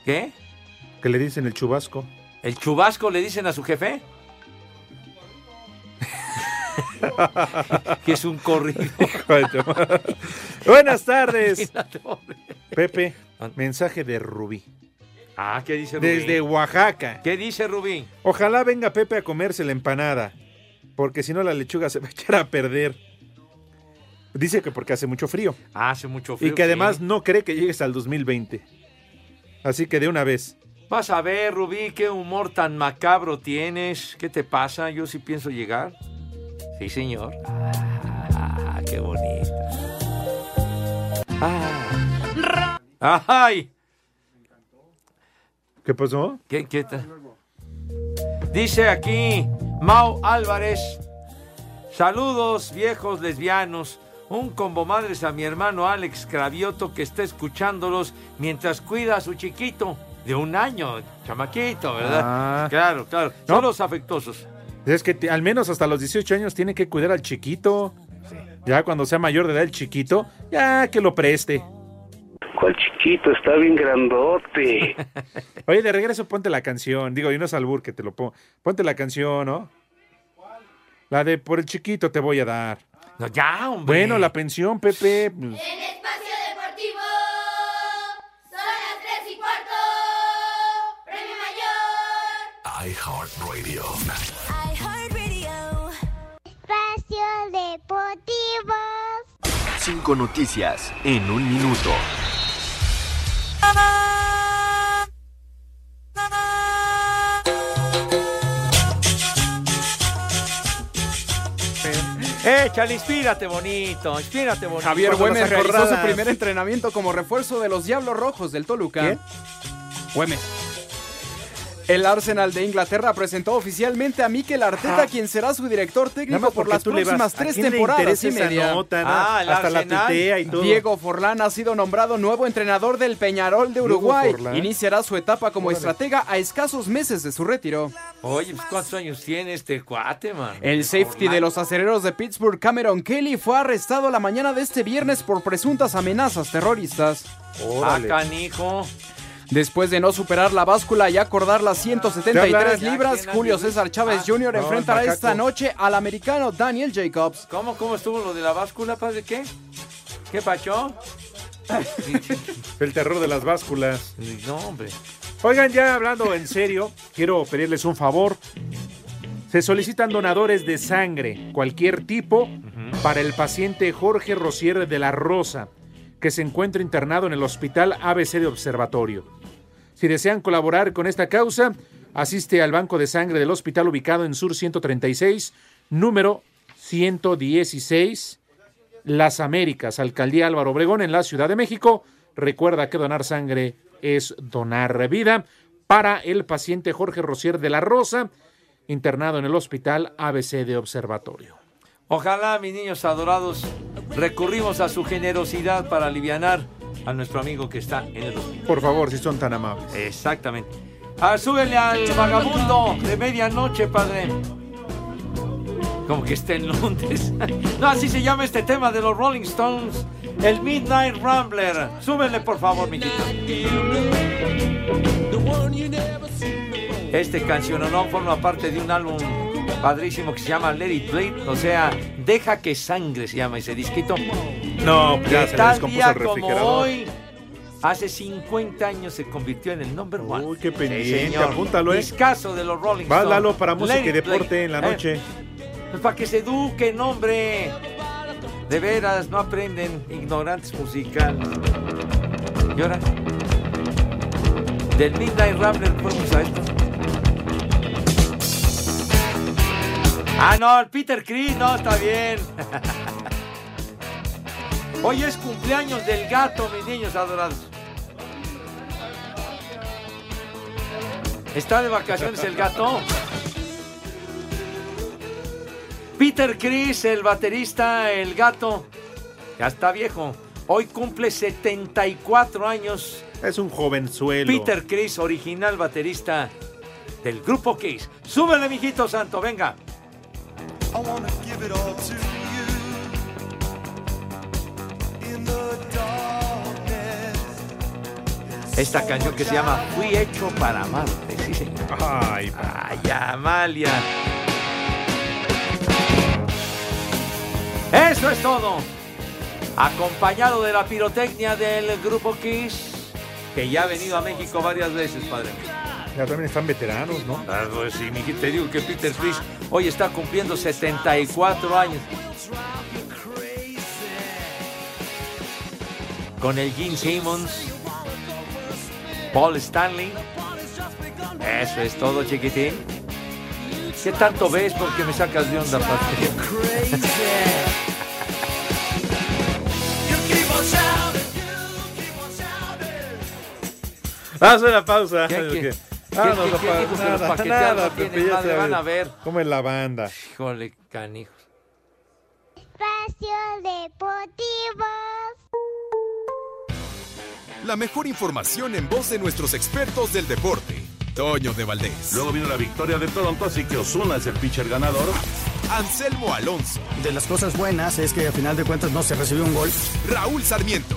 ¿Qué? Que le dicen el <laughs> chubasco. ¿El chubasco le dicen a su jefe? <laughs> que es un corrido. <laughs> Buenas tardes. Pepe, mensaje de Rubí. Ah, ¿qué dice Rubí? <laughs> Desde Oaxaca. ¿Qué dice Rubí? Ojalá venga Pepe a comerse la empanada, porque si no la lechuga se va a echar a perder. Dice que porque hace mucho frío Ah, hace mucho frío. y que sí. además no cree que llegues al 2020. Así que de una vez. Vas a ver, Rubí, qué humor tan macabro tienes. ¿Qué te pasa? Yo sí pienso llegar. Sí, señor. Ah, qué bonito. Ah. ¡Ay! ¿Qué pasó? ¿Qué, qué tal? Dice aquí Mau Álvarez. Saludos, viejos lesbianos. Un combo madres a mi hermano Alex Cravioto que está escuchándolos mientras cuida a su chiquito de un año, chamaquito, ¿verdad? Ah. Claro, claro. No. Son los afectuosos. Es que te- al menos hasta los 18 años tiene que cuidar al chiquito. Ya cuando sea mayor de edad el chiquito, ya que lo preste. ¿Cuál chiquito? Está bien grandote. Oye, de regreso ponte la canción. Digo, y no es albur que te lo pongo. Ponte la canción, ¿no? La de por el chiquito te voy a dar. No, ya, hombre. Bueno, la pensión, Pepe. pues, En Espacio Deportivo son las 3 y cuarto. Premio Mayor. iHeartRadio. iHeartRadio. Espacio Deportivo. Cinco noticias en un minuto. Échale, inspírate bonito, inspírate bonito. Javier Güemes realizó su primer entrenamiento como refuerzo de los Diablos Rojos del Toluca. Güemes. El Arsenal de Inglaterra presentó oficialmente a Mikel Arteta, quien será su director Nada más técnico por porque las tú le vas. próximas ¿A tres quién le temporadas interesa y esa media. nota? Ah, el Hasta la Arsenal. tutea y todo. Diego Forlán ha sido nombrado nuevo entrenador del Peñarol de Diego Uruguay. Forlán. Iniciará su etapa como Órale. estratega a escasos meses de su retiro. Oye, pues, ¿cuántos años tiene este cuate, man? El safety de los acereros de Pittsburgh, Cameron Kelly, fue arrestado la mañana de este viernes por presuntas amenazas terroristas. Ah, canijo. Después de no superar la báscula y acordar las ¿Te hablan? 173 Ya, libras, ¿quién Julio anda? César Chávez Ah, Jr. no, el enfrentará macaco. esta noche al americano Daniel Jacobs. ¿Cómo, cómo estuvo lo de la báscula, padre? ¿Qué? ¿Qué pacho? El terror de las básculas. No, hombre. Oigan, ya hablando en serio, quiero pedirles un favor. Se solicitan donadores de sangre, cualquier tipo, para el paciente Jorge Rosier de la Rosa, que se encuentra internado en el Hospital ABC de Observatorio. Si desean colaborar con esta causa, asiste al Banco de Sangre del Hospital ubicado en Sur 136, número 116, Las Américas, Alcaldía Álvaro Obregón, en la Ciudad de México. Recuerda que donar sangre es donar vida para el paciente Jorge Rosier de la Rosa, internado en el Hospital ABC de Observatorio. Ojalá, mis niños adorados, recurrimos a su generosidad para alivianar a nuestro amigo que está en el hospital. Por favor, si son tan amables. Exactamente. Ah, súbele al vagabundo de medianoche, padre. Como que está en Londres. <laughs> No, así se llama este tema de los Rolling Stones. El Midnight Rambler. Súbele, por favor, mijito. Este canciononón forma parte de un álbum padrísimo que se llama Let It Bleed. O sea, Deja que Sangre se llama ese disquito. No, Que ya se le tal descompuso día el como refrigerador. hoy, hace 50 años se convirtió en el number one. Uy, qué pendiente, apúntalo, eh. Discazo de los Rolling Va, Stones. Lalo, para música Let y it play. deporte en la Eh, noche. pues para que se eduquen, hombre. De veras, no aprenden ignorantes musicales. ¿Y ahora? Del Midnight Rambler, vamos a esto. Ah, no, el Peter Chris, no, está bien. <laughs> Hoy es cumpleaños del gato, mis niños adorados. Está de vacaciones el gato. Peter Chris, el baterista, el gato, ya está viejo. Hoy cumple 74 años. Es un jovenzuelo. Peter Chris, original baterista del grupo Kiss. Súbele, mijito santo, venga. Esta canción que se llama Fui hecho para amarte, sí señor. Ay, Amalia. Eso es todo. Acompañado de la pirotecnia del grupo Kiss, que ya ha venido a México varias veces, padre. Ya también están veteranos, ¿no? Ah, pues sí, mijito, te digo que Peter Criss hoy está cumpliendo 74 años. Con el Gene Simmons, Paul Stanley. Eso es todo, chiquitín. ¿Qué tanto ves? Porque me sacas de onda, padre. Haz una pausa. ¿Qué, qué? Porque- ¿Qué, Ah, no, qué, no, qué pa- dijo que los nada, paqueteados nada, no tienen Pepe, ya madre? sabes Van a ver. ¿Cómo es la banda? Híjole, canijo. Espacio Deportivo. La mejor información en voz de nuestros expertos del deporte. Toño de Valdés. Luego vino la victoria de Toronto, así que Osuna es el pitcher ganador. Anselmo Alonso. De las cosas buenas es que a final de cuentas no se recibió un gol. Raúl Sarmiento.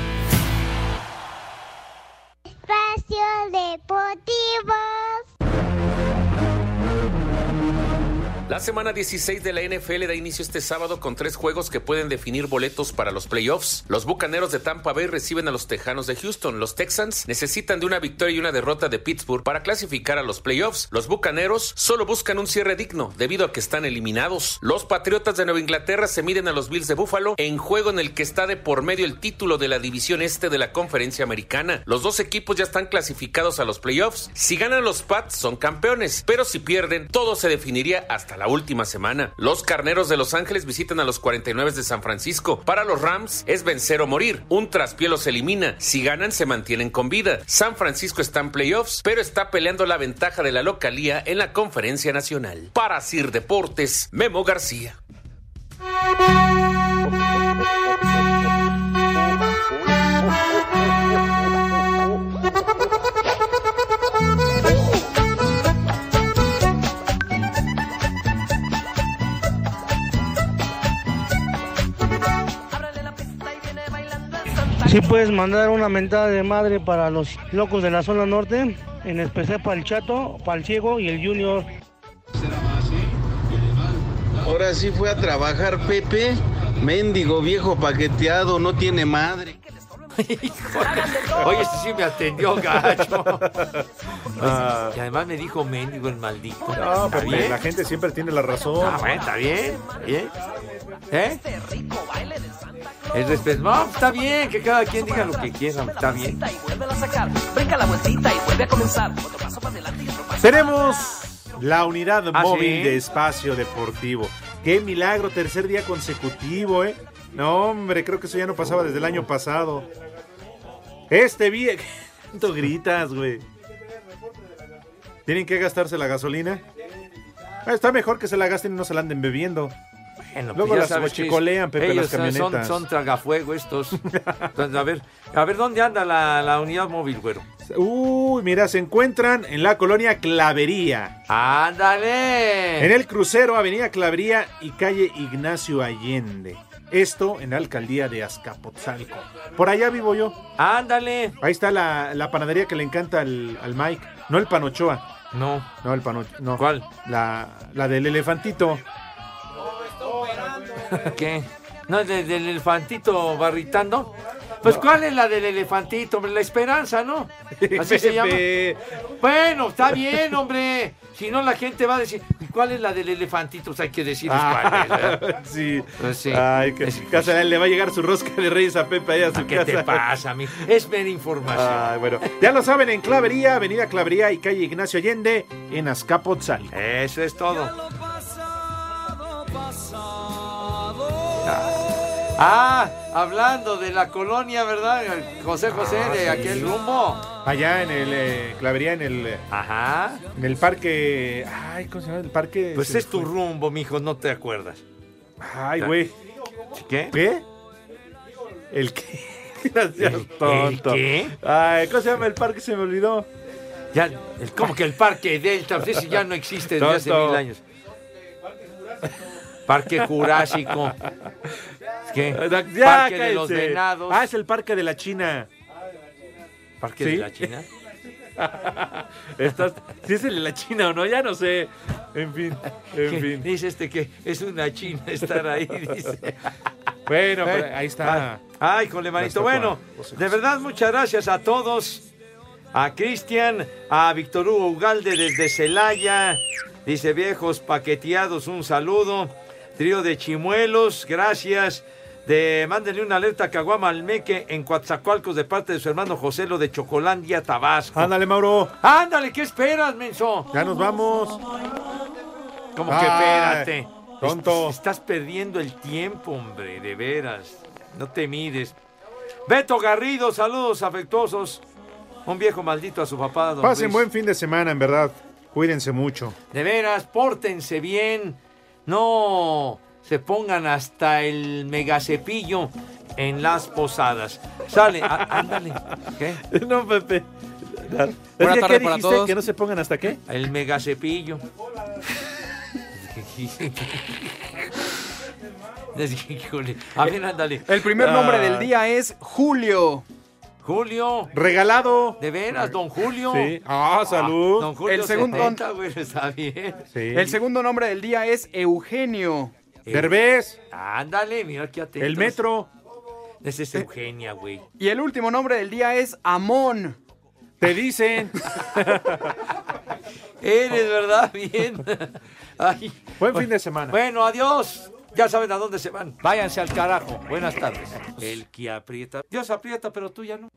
Espacio Deportivo. La semana 16 de la NFL da inicio este sábado con tres juegos que pueden definir boletos para los playoffs. Los Bucaneros de Tampa Bay reciben a los Tejanos de Houston. Los Texans necesitan de una victoria y una derrota de Pittsburgh para clasificar a los playoffs. Los Bucaneros solo buscan un cierre digno debido a que están eliminados. Los Patriotas de Nueva Inglaterra se miden a los Bills de Buffalo en juego en el que está de por medio el título de la división este de la conferencia americana. Los dos equipos ya están clasificados a los playoffs. Si ganan los Pats son campeones, pero si pierden todo se definiría hasta la última semana. Los Carneros de Los Ángeles visitan a los 49 de San Francisco. Para los Rams es vencer o morir. Un traspié los elimina. Si ganan se mantienen con vida. San Francisco está en playoffs, pero está peleando la ventaja de la localía en la conferencia nacional. Para Sir Deportes, Memo García. Sí puedes mandar una mentada de madre para los locos de la zona norte. en especial para el Chato, para el Ciego y el Junior. Ahora sí fue a trabajar Pepe, mendigo viejo paqueteado, no tiene madre. Oye, este sí me atendió, gacho. Ah. y además me dijo mendigo el maldito. No, ¿Está Pepe, bien? la gente siempre tiene la razón. Ah, bueno, está bien. está bien. ¿Eh? El respeto. No, está bien, que cada quien diga lo que quiera, está bien. Venga la vueltita y vuelve a comenzar. Tenemos la unidad Ah, móvil ¿sí? de espacio deportivo. Qué milagro, tercer día consecutivo, ¿eh? No, hombre, creo que eso ya no pasaba desde el año pasado. Este viejo. <laughs> ¿Cuánto gritas, güey? ¿Tienen que gastarse la gasolina? Ah, Está mejor que se la gasten y no se la anden bebiendo. Bueno, pues Luego ya las sabes que mochicolean, Pepe, ellos las son- son- camionetas. Son, tragafuego estos. Entonces, a ver, a ver, ¿dónde anda la, la unidad móvil, güero? Uy, mira, se encuentran en la colonia Clavería. ¡Ándale! En el crucero Avenida Clavería y calle Ignacio Allende. Esto en la alcaldía de Azcapotzalco. Por allá vivo yo. ¡Ándale! Ahí está la, la panadería que le encanta al, al Mike. No el Panochoa. No. No, el Panochoa. No. ¿Cuál? La, la del elefantito. ¿Qué? ¿No es de- del elefantito barritando? Pues, ¿cuál es la del elefantito? hombre? La esperanza, <laughs> ¿no? Así se llama. Pepe. Bueno, está bien, hombre. Si no, la gente va a decir, "¿Y ¿cuál es la del elefantito? Pues hay que decirles cuál es. ¿verdad? Ah, <laughs> sí. Pues sí. Ay, que casa le va a llegar su rosca de reyes a Pepe ahí a su <laughs> ¿Qué casa. te pasa, mi? Es mera información. Ay, bueno. Ya lo saben, en Clavería, Avenida Clavería y calle Ignacio Allende, en Azcapotzalco. Eso es todo. Ah, hablando de la colonia, ¿verdad? José José, Ah, de sí. aquel rumbo. Allá en el eh, Clavería, en el. Ajá. En el parque. Ay, ¿cómo se llama? El parque. Pues se es tu fue. rumbo, mijo, no te acuerdas. Ay, güey. ¿Qué? ¿Qué? ¿El qué? <laughs> Gracias, ¿El- tonto. el qué? Ay, ¿cómo se llama el parque? Se me olvidó. Ya, el- ¿Cómo que el Parque Delta? Pues ese ya no existe desde hace Tonto. mil años. Parque Jurásico. ¿Qué? Ya, Parque de cállense. los Venados. Ah, es el parque de la China. Parque ¿Sí? de la China. Estás- ¿Sí es el de la China o no? Ya no sé. En fin, en ¿Qué? fin. Dice este que es una china estar ahí, <laughs> dice. Bueno, ¿Eh? pero ahí Ah. está. Ay, con manito. Nuestro Bueno, Juan José de verdad, muchas gracias a todos. A Cristian, a Víctor Hugo Ugalde desde Celaya. Dice viejos paqueteados, un saludo. Trío de chimuelos, gracias. De, mándenle una alerta a Caguama Almeque en Coatzacoalcos de parte de su hermano José lo de Chocolandia, Tabasco. Ándale, Mauro. Ándale, ¿qué esperas, menso? Ya nos vamos. Como que Ay, espérate. Ah, tonto. Es- Estás perdiendo el tiempo, hombre, de veras. No te mides. Beto Garrido, saludos afectuosos. Un viejo maldito a su papá, don Pasen Luis. buen fin de semana, en verdad. Cuídense mucho. De veras, pórtense bien. No se pongan hasta el megacepillo en las posadas. Sale, á- ándale. ¿Qué? No, Pepe. Buena ¿Qué tarde para dijiste? todos. ¿Que no se pongan hasta qué? El megacepillo. <laughs> Híjole. A ver, ándale. El primer nombre del día es Julio. Julio. Regalado. De veras, don Julio. Sí. Ah, salud. Don Julio El segundo- 70, güey, está bien. Sí. El segundo nombre del día es Eugenio. Derbez. Eh, Ándale, mira qué atento. El metro. Ese es Eugenia, güey. Y el último nombre del día es Amón. Te dicen. Eres, ¿verdad? Bien. <laughs> Ay. Buen fin de semana. Bueno, adiós. Ya saben a dónde se van. Váyanse al carajo. Buenas tardes. El que aprieta. Dios aprieta, pero tú ya no.